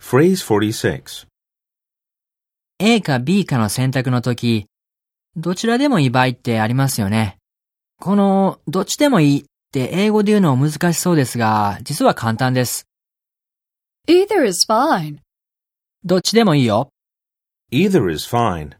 Phrase 46. A か B かの選択の時、どちらでもいい場合ってありますよね。この、どっちでもいいって英語で言うの難しそうですが、実は簡単です。 Either is fine. どっちでもいいよ。 Either is fine.